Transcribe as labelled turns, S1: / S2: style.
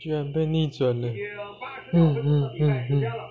S1: 居然被逆转了